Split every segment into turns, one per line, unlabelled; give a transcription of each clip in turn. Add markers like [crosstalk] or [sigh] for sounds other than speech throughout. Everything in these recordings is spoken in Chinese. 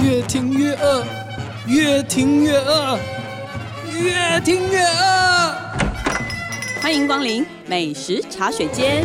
越听越饿，越听越饿，越听越饿。
欢迎光临美食茶水间。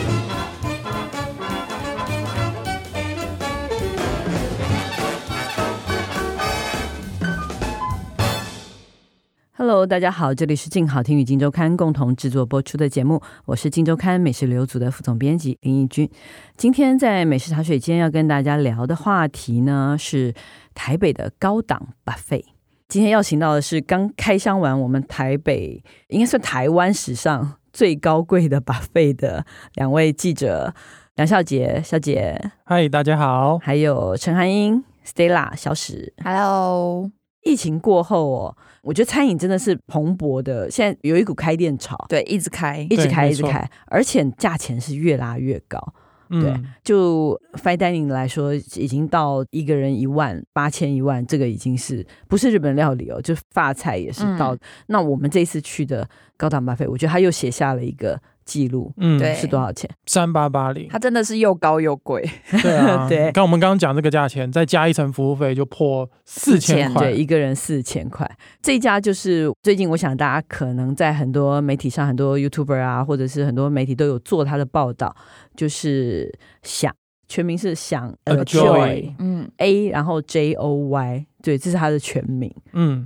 Hello，大家好，这里是静好听与静周刊共同制作播出的节目，我是静周刊美食旅游组的副总编辑林义君。今天在美食茶水间要跟大家聊的话题呢是台北的高档 buffet。今天邀请到的是刚开箱完我们台北，应该算台湾史上最高贵的 buffet 的两位记者梁孝杰小姐，
嗨，大家好。
还有陈涵英 Stella 小史。
Hello，
疫情过后哦，我觉得餐饮真的是蓬勃的，现在有一股开店潮，
对，一直开
一直开
对
一直
没错
开，而且价钱是越拉越高。
嗯，
就 fine dining 来说，已经到一个人一万八千一万，这个已经是不是日本料理哦，就法菜也是到。
嗯
那我们这一次去的高档巴菲，我觉得他又写下了一个记录，
嗯，
对
是多少钱？
三八八零，
它真的是又高又贵，
对
[laughs]
啊，
对
看我们刚刚讲这个价钱，再加一层服务费就破四千块
对，，一个人四千块。这家就是最近，我想大家可能在很多媒体上，很多 YouTuber 啊，或者是很多媒体都有做他的报道，就是想全名是想
Enjoy
Enjoy
嗯，
A，然后 J O Y，对，这是他的全名。
嗯，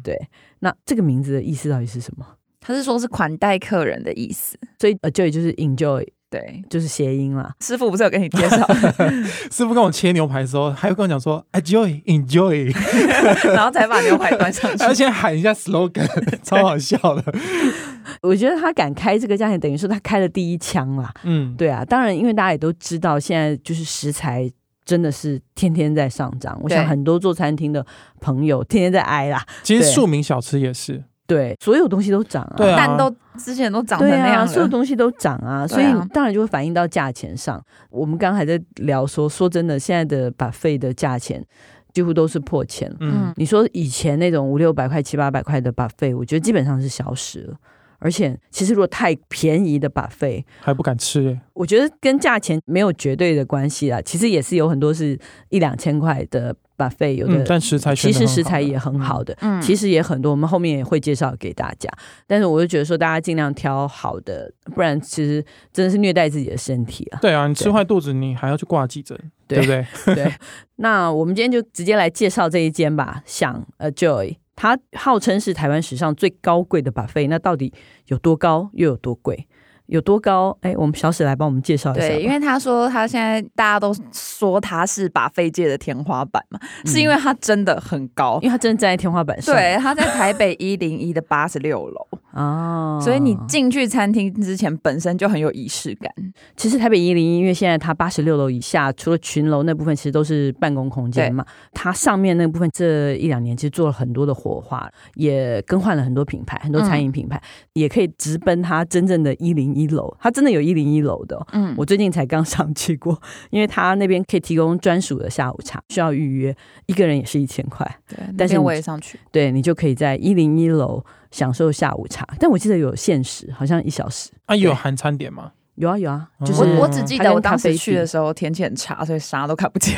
那这个名字的意思到底是什么？
他是说是款待客人的意思，
所以 Enjoy 就是 Enjoy，
对，
就是谐音啦。
师傅不是有跟你介绍，
师傅跟我切牛排的时候，还会跟我讲说哎 [laughs] enjoy enjoy，
然后才把牛排
[laughs]
端上去
还，要先喊一下 slogan，超 [laughs] 好笑的。
我觉得他敢开这个价钱，等于说他开了第一枪啦。
[laughs] 嗯，
对啊，当然，因为大家也都知道，现在就是食材真的是天天在上涨。我想
对
很多做餐厅的朋友天天在挨啦，
其实
对
庶民小吃也是，
对，所有东西都涨啊。
对啊
蛋都之前都长成
对
那
啊，
样
所有
了，
东西都涨啊，所以
对啊
当然就会反映到价钱上。我们刚刚还在聊说，说真的，现在的把费的价钱几乎都是破千了。
嗯，
你说以前那种五六百块、七八百块的把费，我觉得基本上是消失了。而且，其实如果太便宜的把费，
还不敢吃耶，
我觉得跟价钱没有绝对的关系啦，其实也是有很多是一两千块的 buffet，有
嗯
的，
但食材选
其实
得很
食
好
材
的
也很好的，
嗯
其实也很多，我们后面也会介绍给大家。但是我就觉得说，大家尽量挑好的，不然其实真的是虐待自己的身体啊。
对啊，你吃
对
坏肚子，你还要去挂急诊，
对
对不对？
对，那我们今天就直接来介绍这一间吧，想呃 Joy。它号称是台湾史上最高贵的 buffet，那到底有多高，又有多贵？有多高？哎，我们小史来帮我们介绍一下吧。
对，因为他说他现在大家都说他是把费界的天花板嘛，是因为他真的很高
因。为它真的站在天花板上。
对，他在台北一零一的八十六楼，
哦，
所以你进去餐厅之前本身就很有仪式感。
其实台北一零一，因为现在它八十六楼以下，除了群楼那部分，其实都是办公空间嘛。它上面那部分这一两年其实做了很多的活化，也更换了很多品牌，很多餐饮品牌，也可以直奔它真正的一零一楼。它真的有一零一楼的哦、
嗯，
我最近才刚上去过， [laughs] 因为它那边可以提供专属的下午茶，需要预约，一个人也是一千块。
对，
但
但
是
是
你
我也上去，
对你就可以在一零一楼享受下午茶，但我记得有限时，好像一小时。
啊，有含餐点吗？
有啊有啊，就是
我
嗯
我只记
它
得
跟
我当
咖啡
时
比
去的时候天气很差，所以啥都看不见。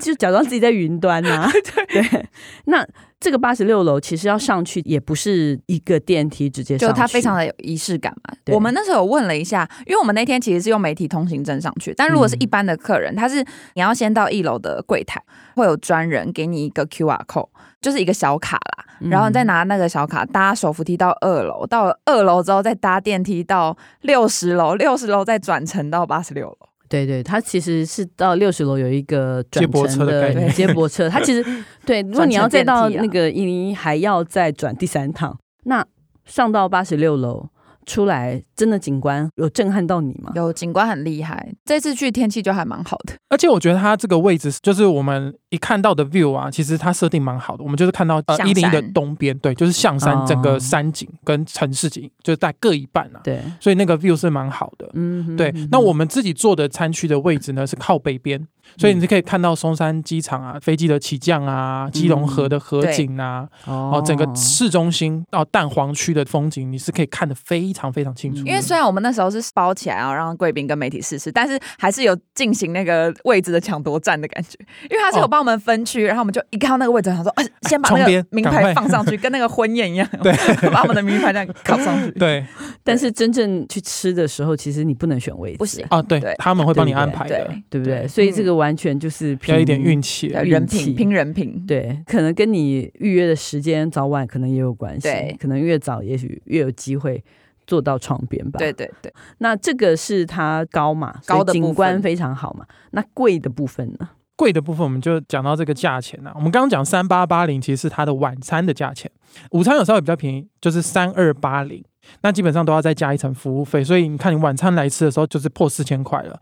就假装自己在云端呐、对那这个八十六楼其实要上去也不是一个电梯直接上
就
去，
它非常的有仪式感嘛。
对
我们那时候有问了一下，因为我们那天其实是用媒体通行证上去，但如果是一般的客人，他是你要先到一楼的柜台，会有专人给你一个 QR code，就是一个小卡啦，
嗯
然后你再拿那个小卡搭手扶梯到二楼，到了二楼之后再搭电梯到六十楼，六十楼再转乘到八十六楼。
对对，它其实是到六十楼有一个转
接驳
乘
车的概
的
念
接驳车，它其实对，如果你要再到那个一零一，还要再转第三趟，那上到八十六楼出来，真的景观有震撼到你吗？
有景观很厉害，这次去天气就还蛮好的。
而且我觉得它这个位置，就是我们一看到的 view 啊，其实它设定蛮好的。我们就是看到呃
象
一
山
零的东边，对，就是象
哦
山整个山景跟城市景，就是大概各一半啊，
对，
所以那个 view 是蛮好的。
嗯哼，
对
嗯哼，
那我们自己坐的餐区的位置呢是靠北边，所
嗯
以你就可以看到松山机场啊、飞机的起降啊、基隆
嗯
河的河景啊，
哦
哦，整个市中心到蛋黄区的风景，你是可以看得非非常非常清楚。
因为虽然我们那时候是包起来，然后让贵宾跟媒体试吃，但是还是有进行那个位置的抢夺战的感觉，因为他是有帮我们分区，然后我们就一看到那个位置，想说，哎、先把那
重
个
编
名
赶
牌
快
放上去，跟那个婚宴一样，
对，
[laughs] 把我们的名牌这样靠上去。
对
但是真正去吃的时候，其实你不能选位置，
不行
啊，对
对，
他们会帮你安排的，
对，嗯
对不对？
对嗯
所以这个完全就是
要一点
凭
运气。
对
运
人
气
品拼人品，
对，可能跟你预约的时间早晚可能也有关系
对，
可能越早也许越有机会做到窗边吧。
对，对对，
那这个是它高嘛，
高的
所以景
部
观
分
非常好嘛。那贵的部分呢？
贵的部分我们就讲到这个价钱啊啦、我们刚刚讲三八八零，其实是它的晚餐的价钱，午餐有稍微比较便宜，就是三二八零。那基本上都要再加一层服务费，所以你看你晚餐来吃的时候就是破四千块了。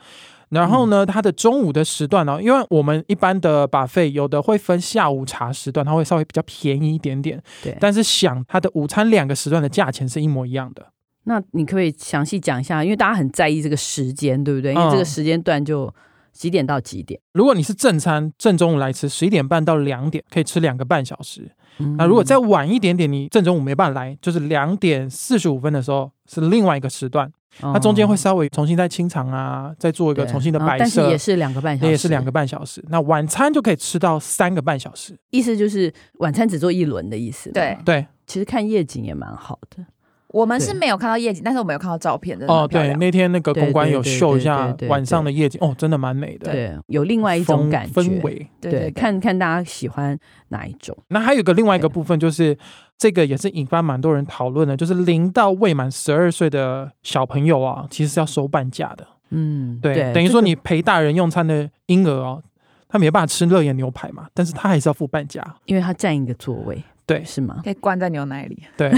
然后呢，它的中午的时段呢、因为我们一般的把费有的会分下午茶时段，它会稍微比较便宜一点点。
对
但是想它的午餐两个时段的价钱是一模一样的。
那你可不可以详细讲一下？因为大家很在意这个时间，对不对？因为这个
嗯
时间段就几点到几点？
如果你是正餐，正中午来吃，十一点半到两点可以吃两个半小时。嗯那
嗯
如果再晚一点点，你正中午没办法来，就是两点四十五分的时候是另外一个时段，
嗯，
它中间会
哦
稍微重新再清场啊，再做一个
对
重新的
哦
摆
但是
设
也，是两个半小时，
那也是两个，半小时。那晚餐就可以吃到三个半小时，
意思就是晚餐只做一轮的意思。
对，
对，
其实看夜景也蛮好的。
我们是
对
没有看到夜景，但是我们有看到照片，真的
哦，
蛮漂
对，
亮
那天那个公关有秀
对
一
对
下
对对对对
晚上的夜景，哦，真的蛮美的，，
对，有另外一种感觉
氛围。
对
对对，对
看看大家喜欢哪一种。
那还有一个另外一个部分就是，这个也是引发蛮多人讨论的，就是零到未满十二岁的小朋友啊，其实是要收半价的。
嗯，
对，等于说你陪大人用餐的婴儿哦，他没办法吃热盐牛排嘛，但是他还是要付半价。
因为它占一个座位，
对
是
[laughs]
吗？
可以灌在牛奶里，
对，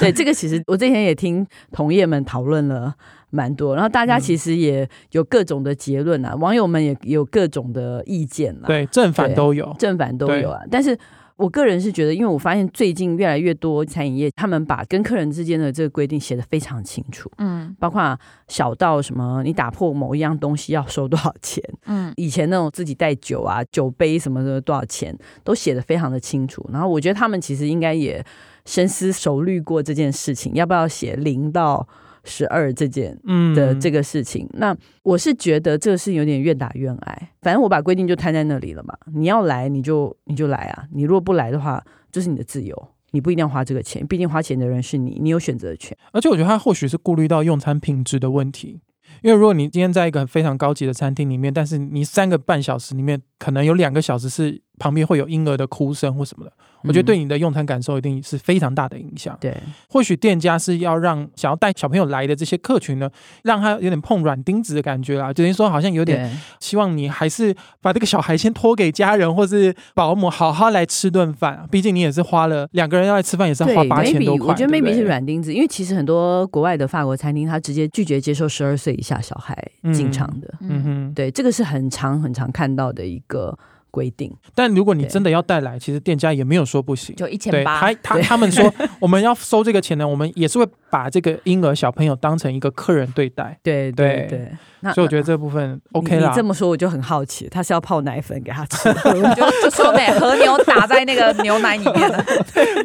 对，这个其实我之前也听同业们讨论了蛮多，然后大家
嗯
其实也有各种的结论啊，网友们也有各种的意见啦，
对，正反都有。
正反都有啊。但是我个人是觉得，因为我发现最近越来越多餐饮业，他们把跟客人之间的这个规定写得非常清楚，
嗯
包括小到什么你打破某一样东西要收多少钱，
嗯，
以前那种自己带酒啊、酒杯什么的多少钱，都写的非常的清楚。然后我觉得他们其实应该也深思熟虑过这件事情，要不要写零到十二这件
嗯
的这个事情。那我是觉得这个是有点愿打愿挨，反正我把规定就摊在那里了嘛。你要来你就你就来啊，你如果不来的话，这是你的自由。你不一定要花这个钱，毕竟花钱的人是你，你有选择权。
而且我觉得他或许是顾虑到用餐品质的问题，因为如果你今天在一个非常高级的餐厅里面，但是你三个半小时里面可能有两个小时是旁边会有婴儿的哭声或什么的，我觉得对
嗯、
你的用餐感受一定是非常大的影响。
对，
或许店家是要让想要带小朋友来的这些客群呢，让他有点碰软钉子的感觉啦，等于说好像有点
对
希望你还是把这个小孩先托给家人或是保姆，好好来吃顿饭、啊。毕竟你也是花了两个人要来吃饭，也是要
对
花八千多
maybe
块。
我觉得
对不
maybe
对
是软钉子，因为其实很多国外的法国餐厅，他直接拒绝接受十二岁以下小孩进场的。
嗯
嗯哼，
哼，
对，这个是很常很常看到的一个规定。
但如果你
对
真的要带来，其实店家也没有说不行。
就一千
对
八，
他，他他们
[laughs]
说我们要收这个钱呢，我们也是会把这个婴儿小朋友当成一个客人对待，
对
对
对， [laughs] 那
所以我觉得这部分 OK
你
啦
你。这么说我就很好奇，他是要泡奶粉给他吃
[laughs]
的，
就就说呗，和牛打在那个牛奶里面了。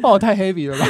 哦，太 heavy 了吧？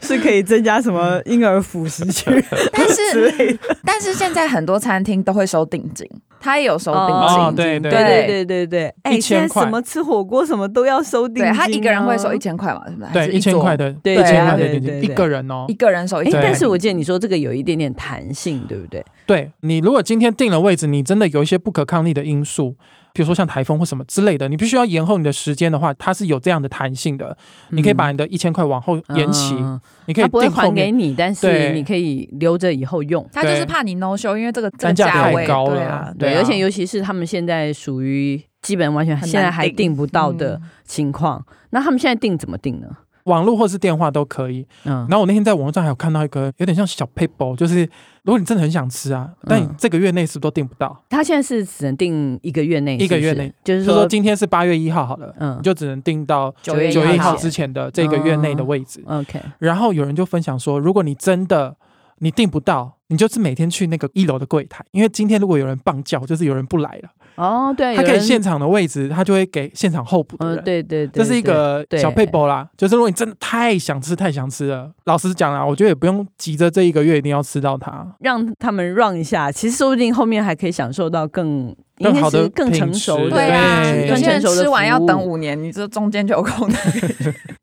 是可以增加什么婴儿辅食区
但
之
是
类的？
但是现在很多餐厅都会收定金，他也有收定金，
[laughs] 哦对对
对
对
对对对，哎，
一千
现在
块
什么吃火锅什么都要收定金
对
啊，
他一个人会收一千块嘛，是不是？还
对，
是
一千
桌
块，的，
对
一千块
对
的
对
定
对
金，
对
一个人哦
一。个人收一
哎，
千。
但是我记得你说这个有一点点弹性，对不对？
对你，如果今天定了位置，你真的有一些不可抗力的因素，比如说像台风或什么之类的，你必须要延后你的时间的话，它是有这样的弹性的。你可以把你的一千块往后延期，
嗯
你可以
他不会
定后
还给
面。
你，但是
对
你可以留着以后用。
他就是
对
怕你 no show，因为这个这个
单价
价
太
位
高了
对啊，
对啊
而且尤其是他们现在属于基本完全
很难
现在还
定
定不到的
嗯
情况，那他们现在定怎么定呢？
网络或是电话都可以。
嗯
然，后我那天在网络上还有看到一个有点像小 paper，就是如果你真的很想吃啊，
嗯
但你这个月内是不是都订不到？
他现在是只能定一个月内，
一个月
是不是
内，
就是
比如说
说，
今天是八月一号好了，
嗯
你就只能订到
九月
九
一
月一
号
号之前的这个月内的位置。
，OK，
然后有人就分享说，如果你真的你订不到，你就是每天去那个一楼的柜台，因为今天如果有人棒叫，就是有人不来了，
哦，对，
他
有
可以
人
现场的位置，他就会给现场候补的
嗯、
人。
对对对，
这是一个
对
小配包啦，就是如果你真的太想吃、太想吃了，老实讲啦，我觉得也不用急着这一个月一定要吃到它。
对让他们让一下，其实说不定后面还可以享受到更
更好的
应该是更成熟
品质
的，
对啊，
对
有
更
些
成
人
熟的
吃完要
服务
等。五年，你这中间就有空的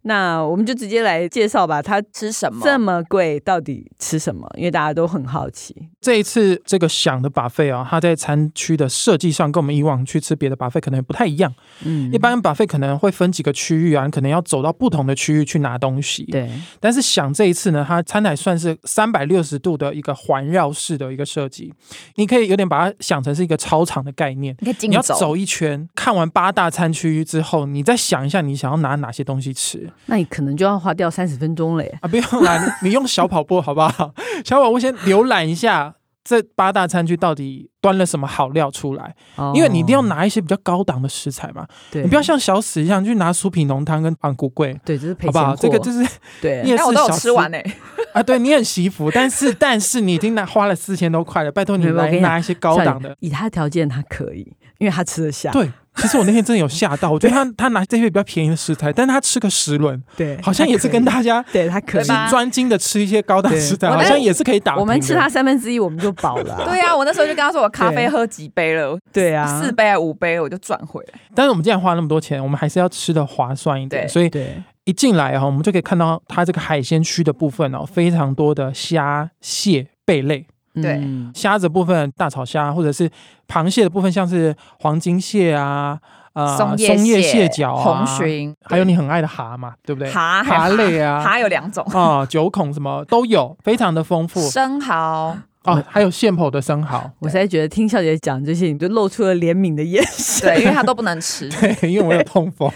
那我们就直接来介绍吧，它
[laughs] 吃什么？
这么贵到底吃什么？因为大家都很好奇。
这一次这个想的把费啊，它在餐区的设计上跟我们以往去吃别的把费可能不太一样。
嗯
一般把费可能会分几个区域啊，你可能要走到不同的区域去拿东西。
对，
但是想这一次呢，它餐台算是三百六十度的一个环绕式的一个设计，你可以有点把它想成是一个操场的概念。
你可以竞
你要
走，
走一圈，看完八大餐区之后，你再想一下你想要拿哪些东西吃
那你可能就要花掉三十分钟了耶。
啊？不用啦，
[laughs]
你你用小跑步好不好？小跑步先浏览一下这八大餐区到底端了什么好料出来，因为你一定要
哦，
拿一些比较高档的食材嘛，
对
你不要像小死一样去拿酥皮浓汤跟棒骨桂。
对，这是赔
好
钱
不好？这个
货
就是
对
你也
但我
是
都有
小
吃完呢。欸
[laughs] 啊，对你很惜福，但是 [laughs] 但是你已经拿花了四千多块了，拜托你
没有我
来
跟你讲
拿一些高档的。
以他的条件，他可以，因为他吃得下。
对，其实我那天真的有吓到，我觉得
[laughs]
他他拿这些比较便宜的食材，但是他吃个十轮，
对，
好像也是跟
他
大家
[laughs] 可以，对他哎可
对吧
以。
专精的吃一些高档
对
食材，
我
好
那
像也是可以打平的。
我们吃他三分之一，我们就饱了啊。
对啊，我那时候就跟他说，我咖啡
对
喝几杯了，
[laughs] 对啊，
四杯还五杯，我就赚回来。
但是我们既然花那么多钱，我们还是要吃的划算一点。
对
所以
对，
一进来哈、哦，我们就可以看到它这个海鲜区的部分哦，非常多的虾、蟹、贝类。
对
嗯
虾子部分大炒虾，或者是螃蟹的部分，像是黄金蟹啊、呃
松
叶
叶
蟹脚啊、
红，鲟，
还有你很爱的蛤嘛，对不对？
蛤
蛤类啊，
蛤有两种，
啊、九孔什么都有，非常的丰 [laughs] 富
生蚝。
[laughs] 哦。还有现剖的生蚝， [laughs]
我才觉得听小姐讲这些，你就露出了怜悯的眼神。
对，因为他都不能吃。
对，因为我有痛
[laughs]
风，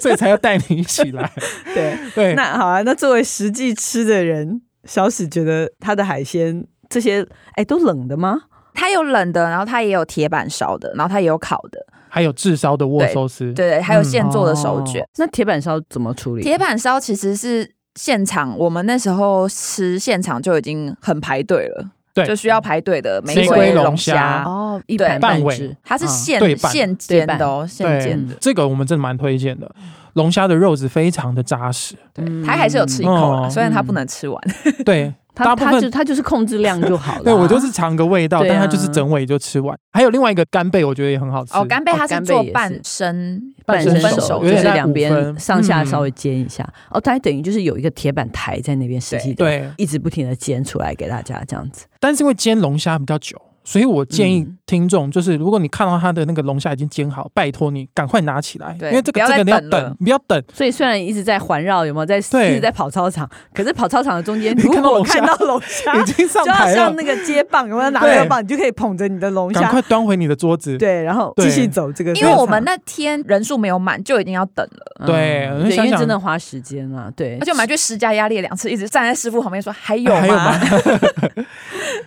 所以才要带你一起来。
[laughs] 对，
对，
那好啊，那作为实际吃的人，小史觉得他的海鲜这些，哎，都冷的吗？
它有冷的，然后它也有铁板烧的，然后它也有烤的，
还有炙烧的握寿司，
对对，还有现做的
哦
手卷。
那铁板烧怎么处理？
铁板烧其实是现场，我们那时候吃现场就已经很排队了，
对
就需要排队的玫
玫瑰
瑰
龙
龙
虾
虾，
哦，一
对
盘
半
半
尾
只，
它是
嗯
现
对半
现煎的哦，现煎
对
的，，
这个我们真的蛮推荐的。龙虾的肉质非常的扎实，
嗯
它还是有吃一口啦，
哦
虽然它
嗯
不能吃完。
对，大
它
部
它
分
就它就是控制量就好了啊。
对我就是尝个味道，
对啊
但它就是整尾就吃完。还有另外一个干贝，我觉得也很好吃。
哦，干贝它是
干贝
做
也是
半生
半
身
身
分
熟
熟
有
就
点
是
像
两
五
边
分
上下
嗯
稍微煎一下。哦，它等于就是有一个铁板台在那边实际的，
对，
一直不停的煎出来给大家这样子。
但是因为煎龙虾比较久，所以我建议
嗯
听众就是，如果你看到它的那个龙虾已经煎好，拜托你赶快拿起来，因
对
为这
不
个
要
这个
再
你要
等了
等，你不要等。
所以虽然一直在环绕，有没有在一
对
直在跑操场，可是跑操场的中间，
你
如
看到
果
龙虾
看到龙虾，
[laughs] 已经上
啊就要
台了
像，那个接棒，有没有拿
对
着棒，你就可以捧着你的龙
赶
虾，
快端回你的桌子。
对，然后
对
继续走这个操
因
场。
为我们那天人数没有满，就已经要等了，
嗯
对我就
对，因
想
为
想
真的花时间啊，对
而，且我们还去施加压力了两次，一直站在师傅旁边说还有
哎还有
[laughs]
吗
吗？
对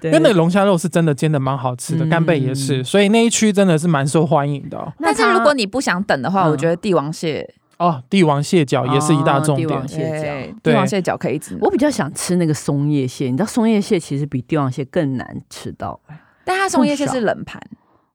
因为那个龙虾肉是真的煎的蛮好吃的，
嗯
干贝也是，所以那一区真的是蛮受欢迎的哦。
但是如果
你
你不想等的话，
嗯
我觉得帝王蟹，
哦帝王蟹脚也是一大重点，
哦蟹脚。
对
帝王蟹脚可以一直拿，
我比较想吃那个松叶蟹，你知道松叶蟹其实比帝王蟹更难吃到
但它松叶蟹
更少
是冷盘，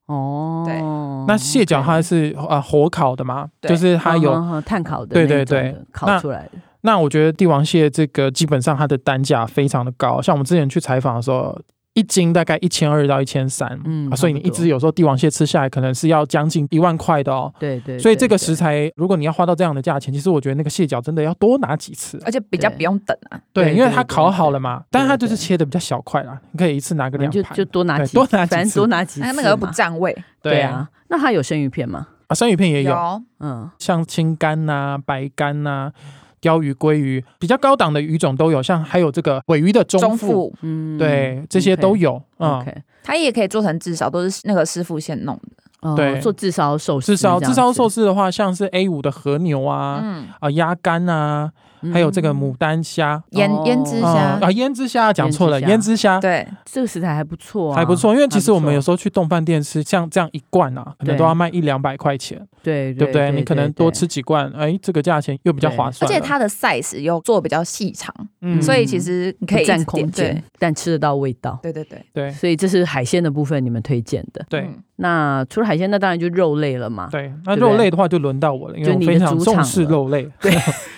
哦。
对
那蟹脚它是呃火烤的嘛，
对
就是它有
嗯哼哼碳烤的
对
那种的，
对对那
烤出来的。
那我觉得帝王蟹这个基本上它的单价非常的高，像我们之前去采访的时候，一斤大概一千二到一千三，
嗯
啊所以你
差不
一
多
只有时候帝王蟹吃下来可能是要将近一万块的哦。
对对，
所以这个
是
食材，如果你要花到这样的价钱，其实我觉得那个蟹脚真的要多拿几次啊，
而且比较
对
不用等啊。
对，
对
因为
对
它
对
烤
对
好了嘛，但是它就是
对
切的比较小块啦，你可以一次拿个两
就
盘
就。多拿
对
几
多拿几
反正
次
多拿几次
那
嘛，
那个又不占位，
对，啊。那它有生鱼片吗？
啊，生鱼片也有，
嗯，
像青干呐、白干呐、鲷鱼、鲑鱼，比较高档的鱼种都有，像还有这个尾鱼的中
中
腹，
腹，
嗯，
对，这些都有，嗯。
OK。
它也可以做成炙烧，都是那个师傅现弄的。
哦
对
做炙烧寿司
至
这样
少
子，
至少寿司的话，像是 A 五的和牛啊、
嗯，
啊鸭肝啊、还有这
嗯
个牡丹虾
腌
哦
腌制
嗯
虾
啊，啊胭脂虾讲错了，
胭
胭
脂
脂虾
对，
这个食材还不错、啊，
还不错，因为其实我们
还
有
不
时候去冻饭店吃，像这样一罐啊，可能
对
都要卖一两百块钱，
错对
对不对？你可能多，吃几罐，哎，这个价钱又比较
对
划
而
算了。
且它的 size 又做比较细长，
嗯
所以其实你可以
不
一直
占
点
空间，但吃得到味道。
对对对对
对
所以这是海鲜的部分，你们推荐的。
对
嗯
那除了海鲜，那当然就肉类了嘛。
对，那
对不对
肉类的话就轮到我了，因
就
为我
你的
非常
主
重
场
视
了 [laughs]
肉类。对，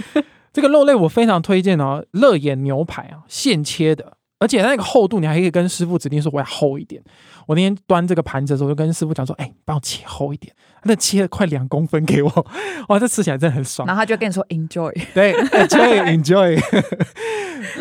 [laughs] 这个肉类我非常推荐哦，乐眼牛排啊，现切的。而且那个厚度，你还可以跟师傅指定说我要厚一点。我那天端这个盘子的时候，我就跟师傅讲说：“哎、你帮我切厚一点。”那切了快两公分给我， [laughs] 哇，这吃起来真的很爽
[laughs]
然。后他就跟你说 enjoy，
对，enjoy enjoy。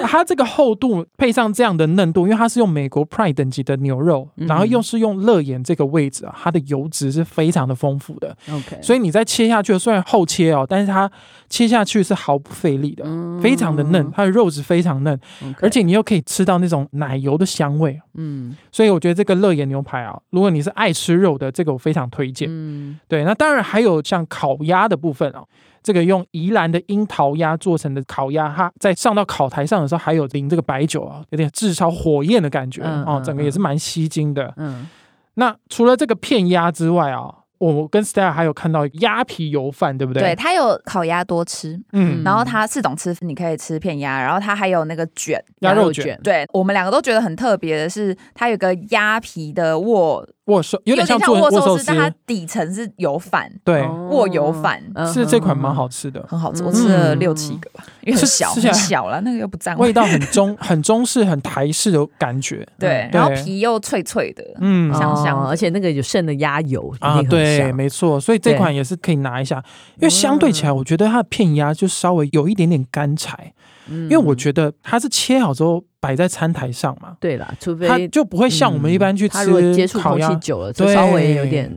它这个厚度配上这样的嫩度，因为它是用美国 Pride 等级的牛肉，
嗯
然后又是用乐眼这个位置啊，它的油脂是非常的丰富的。
OK，
所以你在切下去，虽然厚切哦，但是它切下去是毫不费力的，
以
非常的
嗯
嫩，，它的肉质非常嫩，而且你又可以吃到那种奶油的香味。
嗯
所以我觉得这个乐眼牛排啊，如果你是爱吃肉的，这个我非常推荐。
嗯
对，那当然还有像烤鸭的部分啊，这个用宜兰的樱桃鸭做成的烤鸭，它在上到烤台上的时候，还有淋这个白酒啊，有点炙烧火焰的感觉
嗯
哦
嗯，
整个也是蛮吸睛的。
嗯，
那除了这个片鸭之外啊，我跟 Stella 还有看到鸭皮油饭，对不对？
对，它有烤鸭多吃，
嗯，
然后它四种吃，你可以吃片鸭，然后它还有那个卷。
鸭肉卷，
对我们两个都觉得很特别的是，它有个鸭皮的握，
握寿有点像做
握
握寿
寿
司，
但它底层是油饭，
对，
握油饭，
哦
是这款蛮，好吃的，
很好吃，我吃了
嗯
六七个吧，因为
吃
很小
吃起来
很小了，那个又不占
味
位。
道很中 [laughs] 很中式、很台式的感觉。
对
嗯，
然后皮又脆脆的，
嗯
嗯
香
哦
香的
而且那个有剩的鸭油
啊，对，，没错，所以这
对
款也是可以拿一下，因为相对起来，我觉得它的片鸭就稍微有一点点干柴，
因
因为我觉得它是切好之后摆在餐台上嘛，
对啦，除非嗯
它就不会像我们一般去
它如果接
吃
触
烤
空
鸭
气，久了，就
对
稍微有点，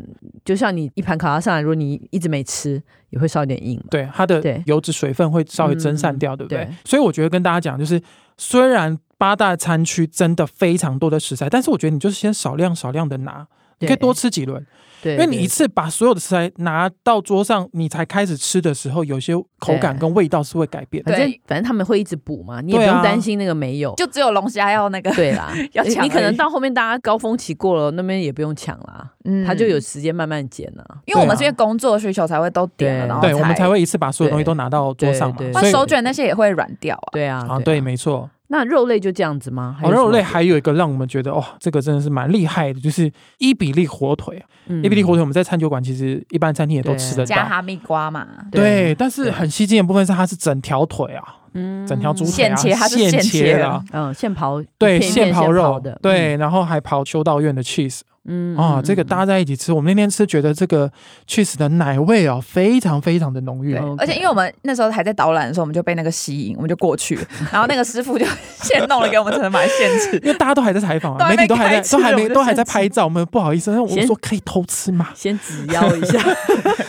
就像你一盘烤鸭上来，如果你一直没吃，也会稍微有点硬嘛。
对它的
对嗯
油脂水分会稍微蒸散掉，对不对
对？
所以我觉得跟大家讲，就是虽然八大餐区真的非常多的食材，但是我觉得你就是先少量少量的拿，你可以
对
多吃几轮，
对，
因为你一
对
次把所有的食材拿到桌上，你才开始吃的时候，有些口感
对
跟味道是会改变的。
反正
对
反正他们会一直补嘛，你也不
对啊
用担心那个没有。
就只有龙虾要那个，，
对
[laughs]
啦
要
你
抢
你可
而
能
已
到后面大家高峰期过了，那边也不用抢啦，
嗯
他就有时间慢慢减了。
因为我们是
对啊
因为工作需求才会都点了，
对
然后
对，我们才会一次把所有
对
东西都拿到桌上嘛
对。
不然
所以
手卷那些也会软掉啊。
对啊，
啊，
啊
对，没错。
那肉类就这样子吗？还
哦，
有什么
肉类还有一个让我们觉得哇、哦这个真的是蛮厉害的，就是伊比利火腿。啊
嗯
伊比利火腿我们在餐酒馆其实一般餐厅也都吃得
加
到。
哈密瓜嘛，
对，但是
对
很吸睛的部分是它是整条腿啊，
嗯
整条猪腿
现
啊，
切它是现切
的
的
啊，
嗯现刨
对，
一片一片
现刨肉
的，
嗯
对，然后还刨修道院的 cheese
嗯
啊，这个搭在一起吃，我们那天吃觉得这个 cheese 的奶味啊非常非常的浓郁
对，
OK
而且因为我们那时候还在导览的时候，我们就被那个吸引，我们就过去，然后那个师傅就 [laughs] 现弄了给我们，真的买现吃。
因为大家都还在采访、
都
啊，
还
媒
没
体都还
开
在，
吃
都还
我
没，
们就
都还
先
在
吃
拍照，我们不好意思，那我
先
说可以偷吃嘛，
嗯先指腰一
[laughs]
下，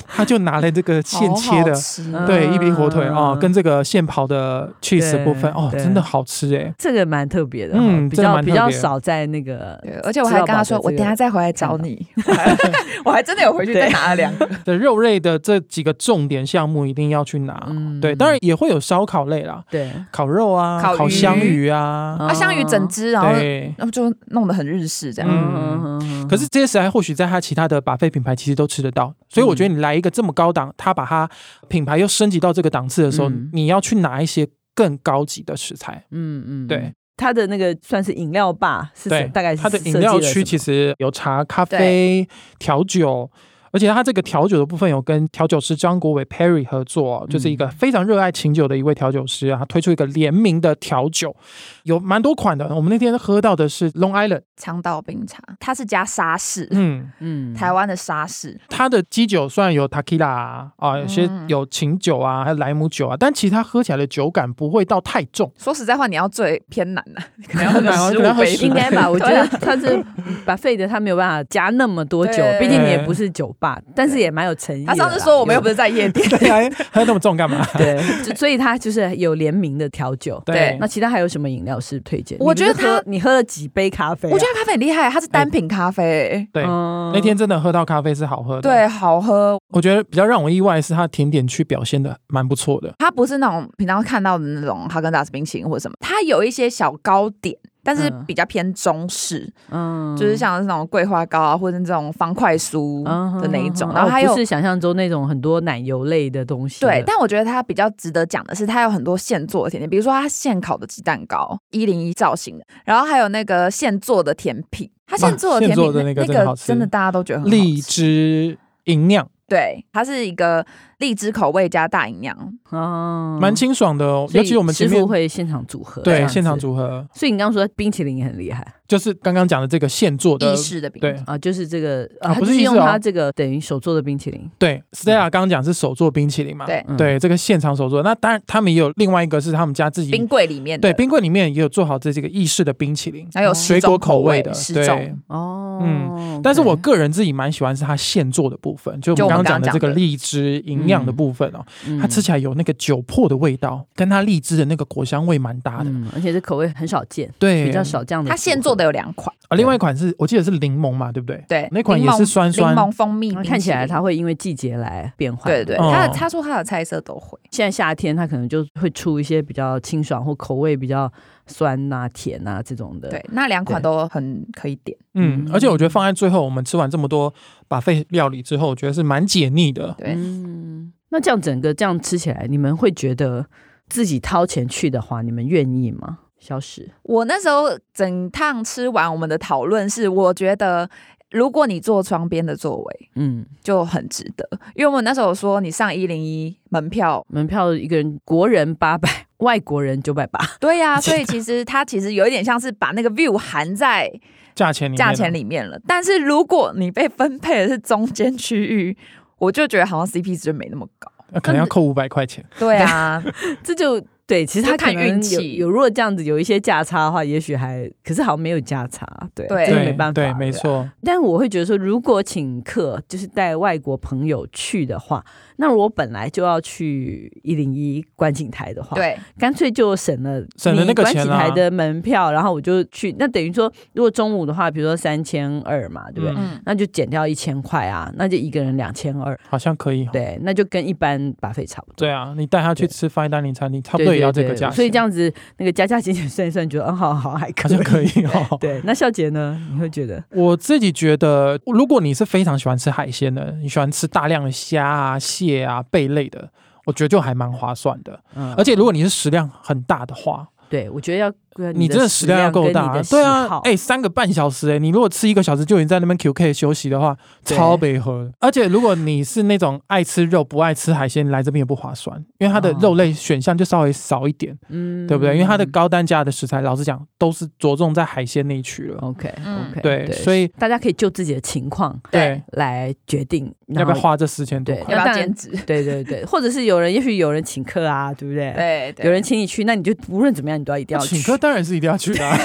他就拿了这个现切的，
好好吃哦
对，伊比利火腿
嗯
啊、跟这个现刨的 cheese 的部分，哦，
对
真的好吃哎、 [laughs]
这个蛮特别的哈，
嗯
比
真的
较
蛮特
比
别
较少在那个
对，而且我还跟他说，
吃到饱的这个
我等一下再回来找你。我还我还真的有回去再拿了两个。
的肉类的这几个重点项目一定要去拿，
嗯
啊对，当然也会有烧烤类啦，
对
烤肉啊，
烤鱼
烤香鱼啊，
啊，香鱼整只，然后
对。
然后就弄得很日式这样。
嗯
嗯
可是这些食材或许在它其他的把费品牌其实都吃得到，所以我觉
嗯
得你来一个这么高档，它把它品牌又升级到这个档次的时候，
嗯
你要去拿一些更高级的食材。
嗯嗯
对。
它的那个算是饮料吧，是
对，
大概是
它的饮料区其实有茶、咖啡
对、
调酒，而且它这个调酒的部分有跟调酒师张国伟 Perry 合作，就是一个非常热爱清酒的一位调酒师啊，他推出一个联名的调酒，有蛮多款的。我们那天喝到的是 Long
[laughs]
Island，
长岛冰茶，它是加沙士，
嗯，
嗯
台湾的沙士，
它的基酒虽然有 Tequila 啊，啊有些
嗯
有琴酒啊，还有莱姆酒啊，但其实它喝起来的酒感不会到太重。 [laughs]
说实在话，你要最偏难的、可能要喝个
难啊
十
可能要
五
喝
杯
15
应该吧，我觉
对 [laughs]
得
啊
它是把费的，它没有办法加那么多酒，
对
毕竟你也不是酒吧，但是也蛮有诚意的
他
啦。
上次说我们又不
有
是在夜店，
对啊，喝那么重干嘛？
[laughs] 对，就所以他就是有联名的调酒。
对
那其他还有什么饮料是推荐？
我觉
你
得
不是喝你喝了几杯咖啡啊、
我觉得咖啡很厉害，它是单品咖啡、欸
对，
嗯
那天真的喝到咖啡是好喝的。
对，，好喝。
我觉得比较让我意外的是，它甜点区表现的蛮不错的。
它不是那种平常看到的那种哈根达斯冰淇淋或者什么，它有一些小糕点，但是
嗯
比较偏中式，
嗯
就是像是那种桂花糕啊，或者是这种方块酥
嗯
嗯
的那一种。然
哦
后还有、
哦不是想象中那种很多奶油类的东西的。
对，但我觉得它比较值得讲的是，它有很多现做的甜点，比如说它现烤的鸡蛋糕，一零一造型的，然后还有那个现做的甜品，它现做的甜
现做
品、
的那个真的好
个
吃
真的大家都觉得很好吃
荔枝银酿
对，它是一个荔枝口味加大营养，
哦
蛮清爽的哦，
所
尤
以
其我们前
师
面
傅会现场组合，这
对
样子
现场。组合，
所以你刚刚说冰淇淋也很厉害
就是刚刚讲的这个现做的
意，式的饼
对
啊，就是这个
啊
啊，它
不
就是是
意式
用
哦
它这个等于手做的冰淇淋，
对，Stella 刚刚讲是手做冰淇淋嘛，
对，
嗯
对，这个现场手做，那当然他们也有另外一个是他们家自己
冰柜里面的
对，冰柜里面也有做好这这个意式的冰淇淋，
还有
水
十种
果
口
味的，
十
对
种。
哦，
嗯但是我个人自己蛮喜欢是它现做的部分，就
就
我
我
们刚
们
刚讲
刚
的
刚
这个
讲的
荔枝营养的部分哦，它吃
起
起来有那个酒粕的味道，跟它荔枝的那个果香味蛮搭的。
嗯，而且这口味很少见，
对，
比较少这样的组合。
它现做的有两款，
啊。另外一款是我记得是柠檬嘛，对不对？
对，
那款
柠
也
檬
是酸酸
柠檬蜂蜜
那
冰淇淋，
看起来它会因为季节来变换，
对对，
哦
它的他说它的菜色都会，
现在夏天它可能就会出一些比较清爽或口味比较酸呐、甜呐、这种的。
对，那两款都很可以点，
嗯，而且我觉得放在最后，我们吃完这么多把费料理之后，我觉得是蛮解腻的。
对，
嗯，那这样整个这样吃起来，你们会觉得自己掏钱去的话，你们愿意吗？消失，
我那时候整趟吃完，我们的讨论是，我觉得如果你坐窗边的座位
嗯，
就很值得，因为我们那时候有说你上一零一门票，
门票一个人国人八百， [laughs] 外国人九百八，
对呀、所以其实它其实有一点像是把那个 view 含在
价钱里面，啊
价钱，里面了。但是如果你被分配的是中间区域，我就觉得好像 CP 值就没那么高。
呃可能要扣五百块钱。
对啊，
这就对。其实他
就看
可能有
运气
有如果这样子有一些价差的话，也许还，可是好像没有价差，对啊，
对
真的没办法，
对，没
啊
错，
但我会觉得说，如果请客就是带外国朋友去的话，那我本来就要去一零一观景台的话，，
对，
干脆就省了
省了那个
你观
钱啊
景
啦
台的门票，然后我就去。那等于说，如果中午的话，比如说三千二嘛，对不对？
嗯
嗯，
那就减掉一千块啊，那就一个人两千二，
好像可以。
对，那就跟一般把费差不多。
哦对啊，你带他去吃 fine dining 餐厅，差不
对
多
对
也要这个
对
价钱，
所以这样子那个加加减减算一算，觉得嗯，好好还
好
可以
像。可以哦。
对，那笑姐呢？你会觉得
我自己觉得，如果你是非常喜欢吃海鲜的，你喜欢吃大量的虾啊、蟹啊、贝类的，我觉得就还蛮划算的。
嗯
而且如果你是食量很大的话，
对，我觉得要跟
你真
的
的食量要够
跟
大
你
啊
的，
对
喜
啊
好，
哎、三个半小时、哎，你如果吃一个小时就已经在那边 QK 休息的话，
对
超北喝的。而且如果你是那种爱吃肉不爱吃海鲜，来这边也不划算，因为它的
哦
肉类选项就稍微少一点，
嗯
对不对？因为它的高单价的食材，老实讲都是着重在海鲜那一区了。
OK
嗯
OK，
对，所以
大家可以就自己的情况
对，
来决定
要不要
然后
花这四千多
对
块？
嗯
那
要不要
当然
兼职？
对对对，或者是有人，也许有人请客啊，对不 [laughs] 对？
对，对
有人请你去，那你就无论怎么样，你都要一定要去
啊请客当然是一定要去
[laughs]
的、啊，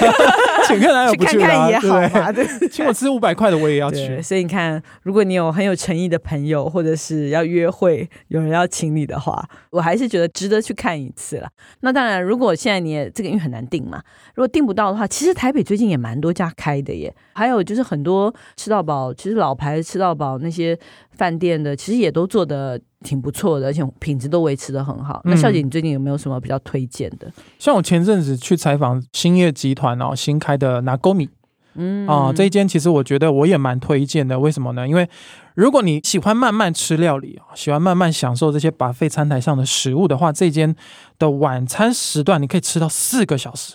请客哪有
去
不
看
去的、啊？
看也好
对不
嘛，对不对
[laughs] 对？请我吃五百块的我也要
对，哦
去。嗯
所以你看，如果你有很有诚意的朋友，或者是要约会，有人要请你的话，我还是觉得值得去看一次啦。那当然，如果现在你也这个因为很难定嘛，如果定不到的话，其实台北最近也蛮多家开的耶，还有就是很多吃到饱，其实老牌吃到饱那些饭店的，其实也都做的。挺不错的，而且品质都维持的很好。那
嗯
笑姐，你最近有没有什么比较推荐的？
像我前阵子去采访兴业集团哦新开的拿勾米
嗯
啊、这一间其实我觉得我也蛮推荐的。为什么呢？因为如果你喜欢慢慢吃料理，喜欢慢慢享受这些把费餐台上的食物的话，这间的晚餐时段你可以吃到四个小时，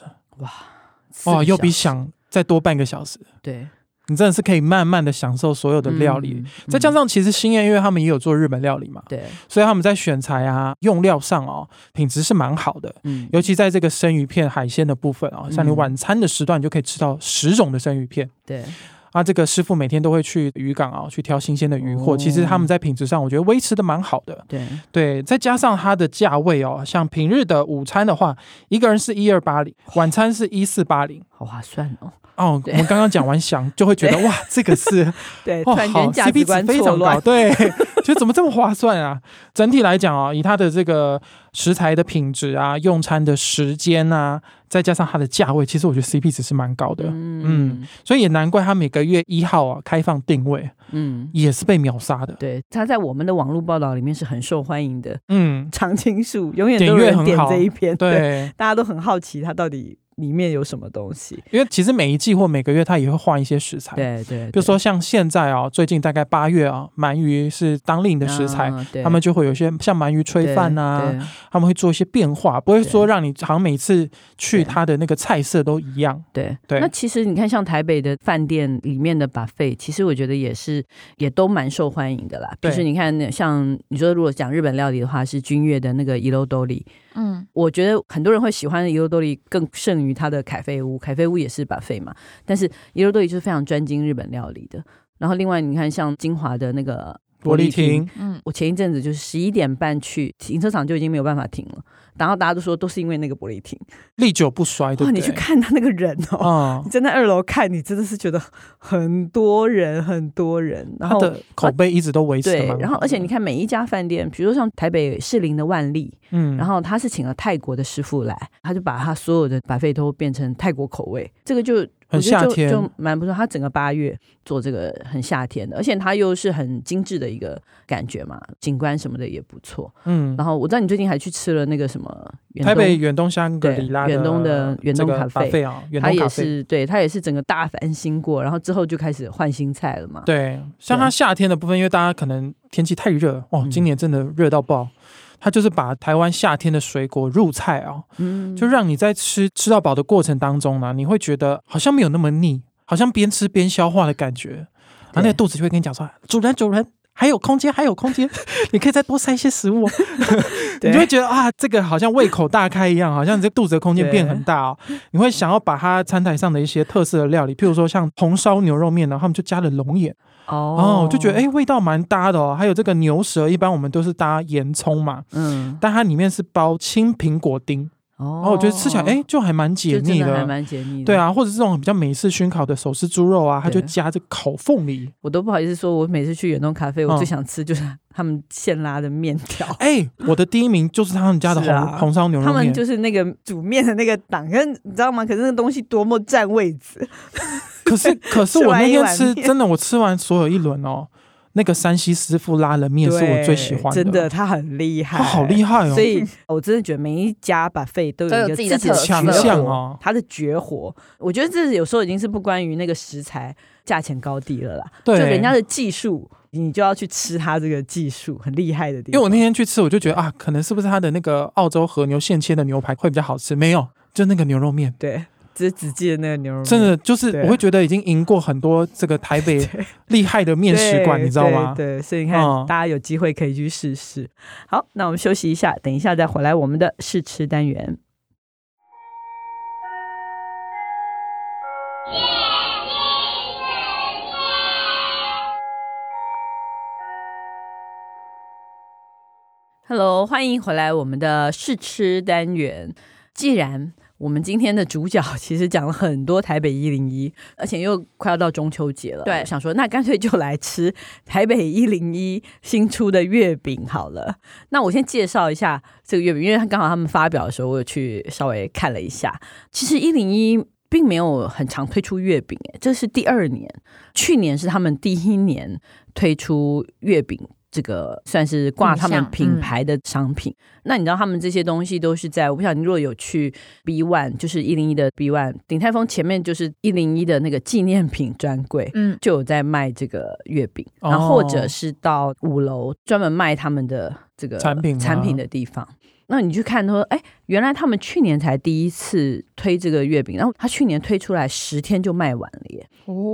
四
哇，
个
哦又比
小时
想再多半个小时。
对
你真的是可以慢慢的享受所有的料理，
嗯
再加
嗯
上其实兴业，因为他们也有做日本料理嘛，
对，
所以他们在选材啊、用料上哦，品质是蛮好的。
嗯
尤其在这个生鱼片、海鲜的部分啊、像你
嗯
晚餐的时段，你就可以吃到十种的生鱼片
对，
啊。这个师傅每天都会去渔港啊、去挑新鲜的鱼货，
哦
其实他们在品质上，我觉得维持的蛮好的。
对，
对，再加上它的价位哦，像平日的午餐的话，一个人是一二八零，晚餐是一四八零，
好划算哦。
哦，我
对
们刚刚讲完想，就会
[laughs]
觉得哇，这个是
对，突
哦，
然
好
间价值
CP
观
值非
错
常
乱
高，。对， [laughs] 就怎么这么划算啊？整体来讲哦，以它的这个食材的品质啊、用餐的时间啊，再加上它的价位，其实我觉得 CP 值是蛮高的。
嗯
所以也难怪它每个月一号啊开放定位
嗯，
也是被秒杀的。
对，他在我们的网络报道里面是很受欢迎的，
嗯，
常青树永远
点
都有
阅
人
很
点
好
这一篇，
对，
大家都很好奇它到底里面有什么东西。
因为其实每一季或每个月它也会换一些食材。。
对对，
比如说像现在啊，最近大概八月啊，鳗鱼是当令的食
啊
材，，他们就会有一些像鳗鱼炊饭啊，他们会做一些变化，不会说让你好像每次去
对
它的那个菜色都一样。
对
对
那其实你看，像台北的饭店里面的 buffet，其实我觉得也是也都蛮受欢迎的啦。
对
就是你看那，像你说如果讲日本料理的话，是君悦的那个伊豆多里，
嗯，
我觉得很多人会喜欢伊豆多里更胜于它的凯菲屋，凯菲屋也是 buffet 嘛，但是伊豆多里就是非常专精日本料理的。然后另外你看，像金华的那个
玻璃亭，
嗯，
我前一阵子就是十一点半去停车场就已经没有办法停了，然后大家都说都是因为那个玻璃亭。
历久不衰，对
哇，
哎不
你
对？
去看他那个人哦，
啊
你，站在二楼看，你真的是觉得很多人很多人， [laughs] 然
它
后
的口碑一直都维持得
对
啊蛮好，的。
然后而且你看每一家饭店，比如说像台北士林的万丽，
嗯，
然后他是请了泰国的师傅来，他就把他所有的把费都变成泰国口味，这个就。我
很
觉得
夏
就
天
就蛮不错，他整个八月做这个很夏天的，而且他又是很精致的一个感觉嘛，景观什么的也不错。
嗯
然，后我知道你最近还去吃了那个什么远
台北
东
远东香格里拉
对远东的远东
这个
咖啡
buffet 啊，远
他
东咖
也
啡。
是对他也是整个大翻新过，然后之后就开始换新菜了嘛。
对，像它夏天的部分，因为大家可能天气太热哦，
嗯
今年真的热到爆。它就是把台湾夏天的水果入菜啊，
嗯，
就让你在吃吃到饱的过程当中呢，你会觉得好像没有那么腻，好像边吃边消化的感觉。然后那
对
个肚子就会跟你讲说：“主人，主人，还有空间，还有
[laughs]
空间，你可以再多塞一些食物哦。” [laughs] 你就会觉得啊，这个好像胃口大开一样，好像你这肚子的空间变很大哦。你会想要把它餐台上的一些特色的料理，譬如说像红烧牛肉面呢，他们就加了龙眼哦，
哦
我就觉得哎、诶味道蛮搭的哦。还有这个牛舌，一般我们都是搭盐葱嘛，
嗯，
但它里面是包青苹果丁。
哦，
然后我觉得吃起来，哎、就还蛮解
就真
腻
的还
的。
蛮解腻的。
对，啊，或者这种比较美式熏烤的手撕猪肉啊，它就
对
加这个烤凤梨。
我都不好意思说，我每次去远东咖啡，我
嗯
最想吃就是 [laughs] 他们现拉的面条。
哎、我的第一名就是他们家的红、
是啊
红烧牛
他
肉
们
面，
就是那个煮面的那个档，可是你知道吗？可是那个东西多么占位置，[laughs]
可是可是
吃
我
完
那
一
天
碗
吃，
面
真的我吃完所有一轮哦，那个山西师傅拉的面是我最喜欢
对真
的
的，，他很厉害，
他好厉害哦
所，以我真的觉得每一家把费都有
都
一
有
个
自己
的
的特色
强项哦
他的绝活。我觉得这有时候已经是不关于那个食材价钱高低了啦，
对，
就人家的技术，你就要去吃他这个技术很厉害的地
因为
方。
我那天去吃，我就觉得啊，可能是不是他的那个澳洲和牛现切的牛排会比较好吃？没有，就那个牛肉面。
对，只是只记得那个牛肉面，
真的就是
嗯对，啊
我会觉得已经赢过很多这个
[laughs]
台北厉害的面食馆，
对
你知道吗？
对，对所以你看，
嗯
大家有机会可以去试试。好，那我们休息一下，等一下再回来我们的试吃单元。Hello，欢迎回来我们的试吃单元。既然我们今天的主角其实讲了很多台北一零一， [laughs] 而且又快要到中秋节了，
对
我想说那干脆就来吃台北一零一新出的月饼好了。那我先介绍一下这个月饼，因为刚好他们发表的时候，我有去稍微看了一下。其实一零一并没有很常推出月饼，哎，这是第二年，去年是他们第一年推出月饼。这个算是挂他们
品项
品
嗯
牌的商品，那你知道他们这些东西都是在我不晓得你如果有去 B One，就是一零一的 B One 鼎泰丰前面就是一零一的那个纪念品专柜，
嗯，
就有在卖这个月饼，
哦
然后或者是到五楼专门卖他们的这个
产品吗
产品的地方。那你去看说，哎，原来他们去年才第一次推这个月饼，然后他去年推出来十天就卖完了耶，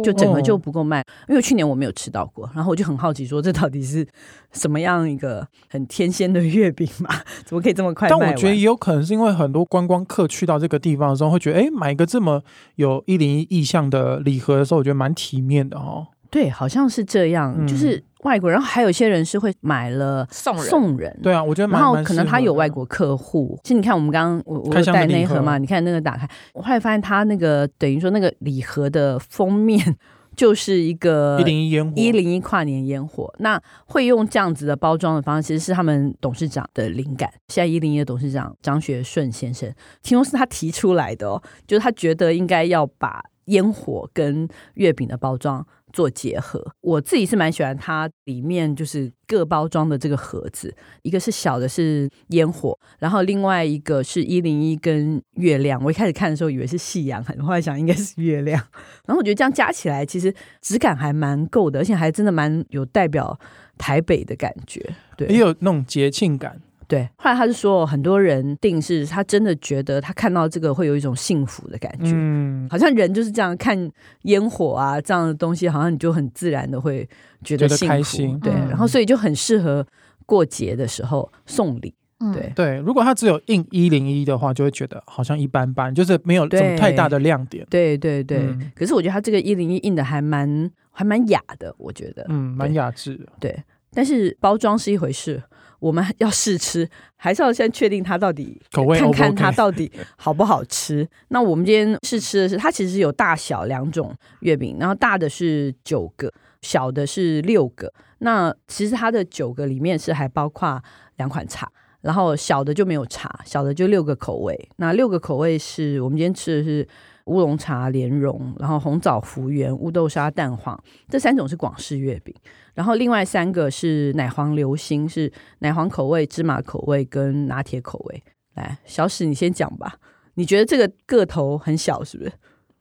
就整个
哦
就不够卖。因为去年我没有吃到过，然后我就很好奇说，这到底是什么样一个很天仙的月饼嘛？ [laughs] 怎么可以这么快卖
但
完？
我觉得也有可能是因为很多观光客去到这个地方的时候，会觉得哎，诶买一个这么有一零一意象的礼盒的时候，我觉得蛮体面的哦。
对，好像是这样，
嗯
就是。外国人，然后还有一些人是会买了
送人
送人，
对啊，我觉得蛮
然后
蛮
可能
适
他
合
有
的
外国客户，其实你看我们刚刚我我
开
有
箱的
带那
礼
一
盒
盒嘛，你看那个打开，我后来发现他那个等于说那个礼盒的封面就是一个
一零一烟火，
一零一跨年烟火，那会用这样子的包装的方式，其实是他们董事长的灵感。现在一零一的董事长张学顺先生，听说是他提出来的哦，就是他觉得应该要把烟火跟月饼的包装做结合。我自己是蛮喜欢它里面就是各包装的这个盒子，一个是小的是烟火，然后另外一个是一零一跟月亮。我一开始看的时候以为是夕阳， [laughs] 后来想应该是月亮。然后我觉得这样加起来，其实质感还蛮够的，而且还真的蛮有代表台北的感觉。对，
也有那种节庆感。
对，后来他就说，很多人定是他真的觉得他看到这个会有一种幸福的感觉，
嗯，
好像人就是这样看烟火啊这样的东西，好像你就很自然的会觉得
觉得
幸福，
开心
对，
嗯
然后所以就很适合过节的时候送礼，
嗯
对，
对，如果它只有印一零一的话，就会觉得好像一般般，就是没有什么
对
太大的亮点。
对对对。
嗯
可是我觉得他这个一零一印的还蛮还蛮雅的，我觉得，
嗯，蛮雅致的。
对，但是包装是一回事，我们要试吃，还是要先确定它到底
口味
看
O 不
看它
OK？ [laughs]
到底好不好吃。那我们今天试吃的是，它其实有大小两种月饼，然后大的是九个，小的是六个。那其实它的九个里面是还包括两款茶。然后小的就没有茶，小的就六个口味。那六个口味是我们今天吃的是乌龙茶莲蓉，然后红枣福源、乌豆沙蛋黄，这三种是广式月饼。然后另外三个是奶黄流心，是奶黄口味、芝麻口味跟拿铁口味。来，小史你先讲吧。你觉得这个个头很小是不是？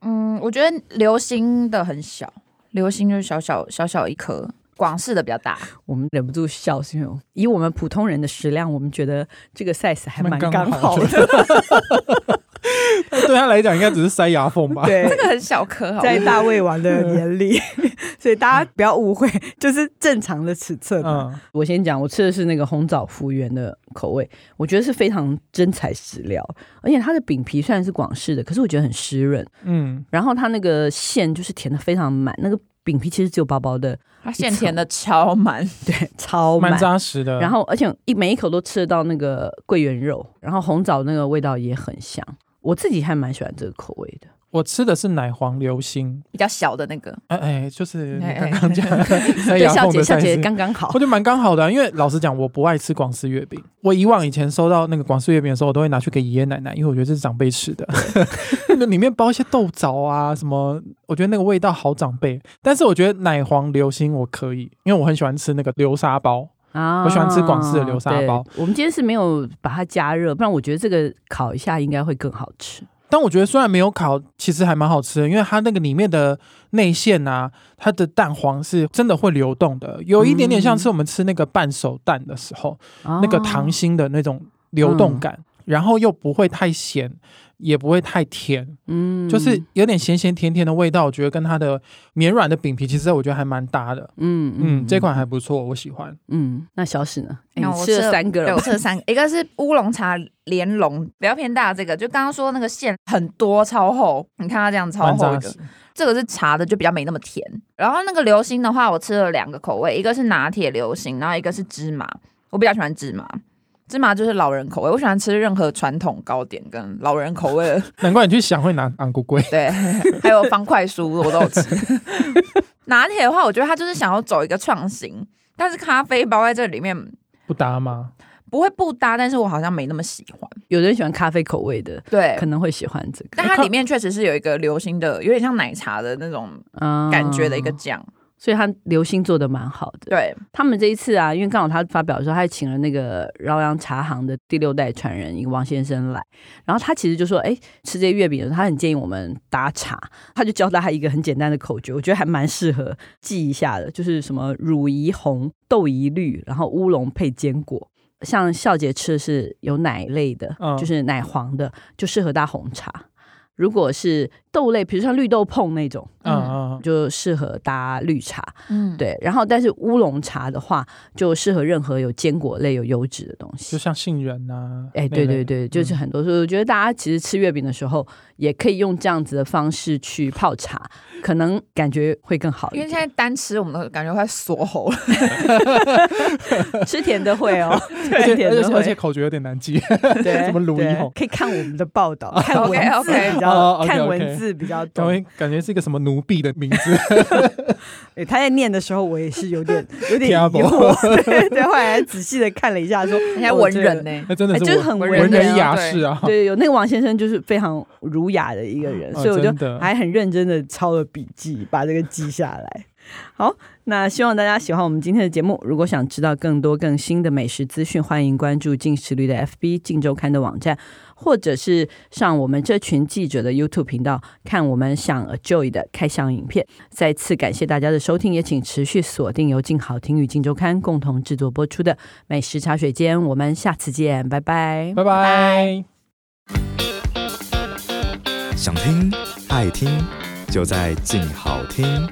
嗯，我觉得流星的很小，流星就是小小小小一颗，广式的比较 [laughs] 大。
我们忍不住笑，是因为以我们普通人的食量，我们觉得这个 size 还蛮
蛮刚
刚
好
好的。
对他来讲，应该只是塞牙缝吧。
对
这，个很小颗，好
[laughs] 在大胃王的眼里，所以大家不要误会，就是正常的尺寸嘛。
嗯，
我先讲，我吃的是那个红枣福源的口味，我觉得是非常真材实料，而且它的饼皮虽然是广式的，可是我觉得很湿润，
嗯，
然后它那个馅就是填的非常满，那个饼皮其实只有薄薄的， [laughs]
它馅填的超满，
对，超
蛮
满。
扎实的。
然后而且一每一口都吃得到那个桂圆肉，然后红枣那个味道也很香，我自己还蛮喜欢这个口味的。
我吃的是奶黄流心，
比较小的那个。
哎哎，就是你
哎
刚
哎
[laughs]
刚讲的塞
对，
牙
小
缝
姐
的
小
塞
姐
子。
刚刚好
我觉。得蛮刚好的啊、因为老实讲，我不爱吃广式月饼。我以往以前收到那个广式月饼的时候，我都会拿去给爷爷奶奶，因为我觉得这是长辈吃的， [laughs] 那里面包一些豆枣啊什么，我觉得那个味道好长辈。但是我觉得奶黄流心我可以，因为我很喜欢吃那个流沙包。
啊
我喜欢吃广式的流沙包
对。我们今天是没有把它加热，不然我觉得这个烤一下应该会更好吃。
但我觉得虽然没有烤，其实还蛮好吃的，因为它那个里面的内馅啊，它的蛋黄是真的会流动的，有一点点
嗯
像是我们吃那个半熟蛋的时候，那个
哦，
糖
嗯
心的那种流动感，然后又不会太咸，也不会太甜，
嗯
就是有点咸咸甜甜的味道。我觉得跟它的绵软的饼皮，其实我觉得还蛮搭的。
嗯
嗯，这款还不错，我喜欢。
嗯，那小史呢？哎
那
你
我
吃了三个
对，
了
我
吧，
吃了三个，一个是乌龙茶莲蓉，不要偏大这个，就刚刚说那个馅很多，超厚，你看它这样超
蛮
厚
扎
的
实。，
这个是茶的，就比较没那么甜。然后那个流心的话，我吃了两个口味，一个是拿铁流心，然后一个是芝麻。我比较喜欢芝麻，芝麻就是老人口味。我喜欢吃任何传统糕点跟老人口味的，
难怪你去想会拿昂咕龟。
对，还有方块酥我都有吃。 [laughs] 拿铁的话，我觉得它就是想要走一个创新，但是咖啡包在这里面
不搭
[laughs]
吗？
不会不搭，但是我好像没那么喜欢。
有的人喜欢咖啡口味的，
对
可，能会喜欢这个
但它里面确实是有一个流心的，有点像奶茶的那种感觉的一个
啊
酱。
所以他流星做的蛮好的。
对，
他们这一次啊，因为刚好他发表的时候，他还请了那个饶阳茶行的第六代传人一个王先生来，然后他其实就说，哎，吃这些月饼的时候，他很建议我们打茶，他就教大家一个很简单的口诀，我觉得还蛮适合记一下的，就是什么乳怡红、豆怡绿，然后乌龙配坚果。像笑姐吃的是有奶类的，
嗯
就是奶黄的，就适合搭红茶。如果是豆类，比如像绿豆碰那种，
嗯嗯，
就适合搭绿茶。
嗯，
对，然后但是乌龙茶的话，就适合任何有坚果类、有油脂的东
就
西。
像杏仁啊呐、
哎，对对对，就是
嗯
很多，所以我觉得大家其实吃月饼的时候，也可以用这样子的方式去泡茶，可能感觉会更好一
因为
点。
现在单吃我们都感觉快锁喉了，
吃甜的会 [laughs] 哦，
而
吃
且
甜
而
的
且而且
会，
口诀有点
[laughs]
难记，
对，
怎么鲁一
对
吼
可以看我们的报道，看文字比
OK，OK
哦
较，
，OK，OK
看文字比较
感
懂。
觉感觉是一个什么奴婢的名字。 [laughs]
诶他在念的时候，我也是有点有点疑
听不
惑， [laughs] 对对，后来仔细的看了一下，说
人家文人呢、
那真的
哎
是
就是
文
很
文
文
文
人
人
啊
雅
对
士啊，
[laughs] 对，有那个王先生就是非常儒雅的一个人，
哦
所以我就
真的
还很认真的抄了笔记，把这个记下来。 [laughs] 好，那希望大家喜欢我们今天的节目。如果想知道更多更新的美食资讯，欢迎关注进食率的 FB、进周刊的网站，或者是上我们这群记者的 YouTube 频道看我们想 Joy 的开箱影片。再次感谢大家的收听，也请持续锁定由静好听与静周刊共同制作播出的美食茶水间。我们下次见，拜拜。
拜拜。
想听爱听，就在静好听。